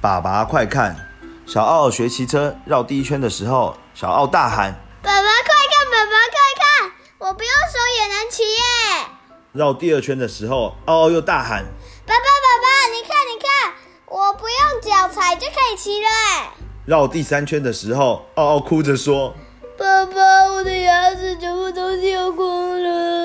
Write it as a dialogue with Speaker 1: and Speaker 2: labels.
Speaker 1: 爸爸快看！小奥学骑车绕第一圈的时候，小奥大喊
Speaker 2: 爸爸快看，爸爸快看，我不用手也能骑耶！：“
Speaker 1: 绕第二圈的时候，奥奥又大喊
Speaker 2: 爸爸爸爸，你看你看，我不用脚踩就可以骑了耶！！”
Speaker 1: 绕第三圈的时候，奥奥哭着说
Speaker 2: 爸爸，我的牙齿全部都掉光了。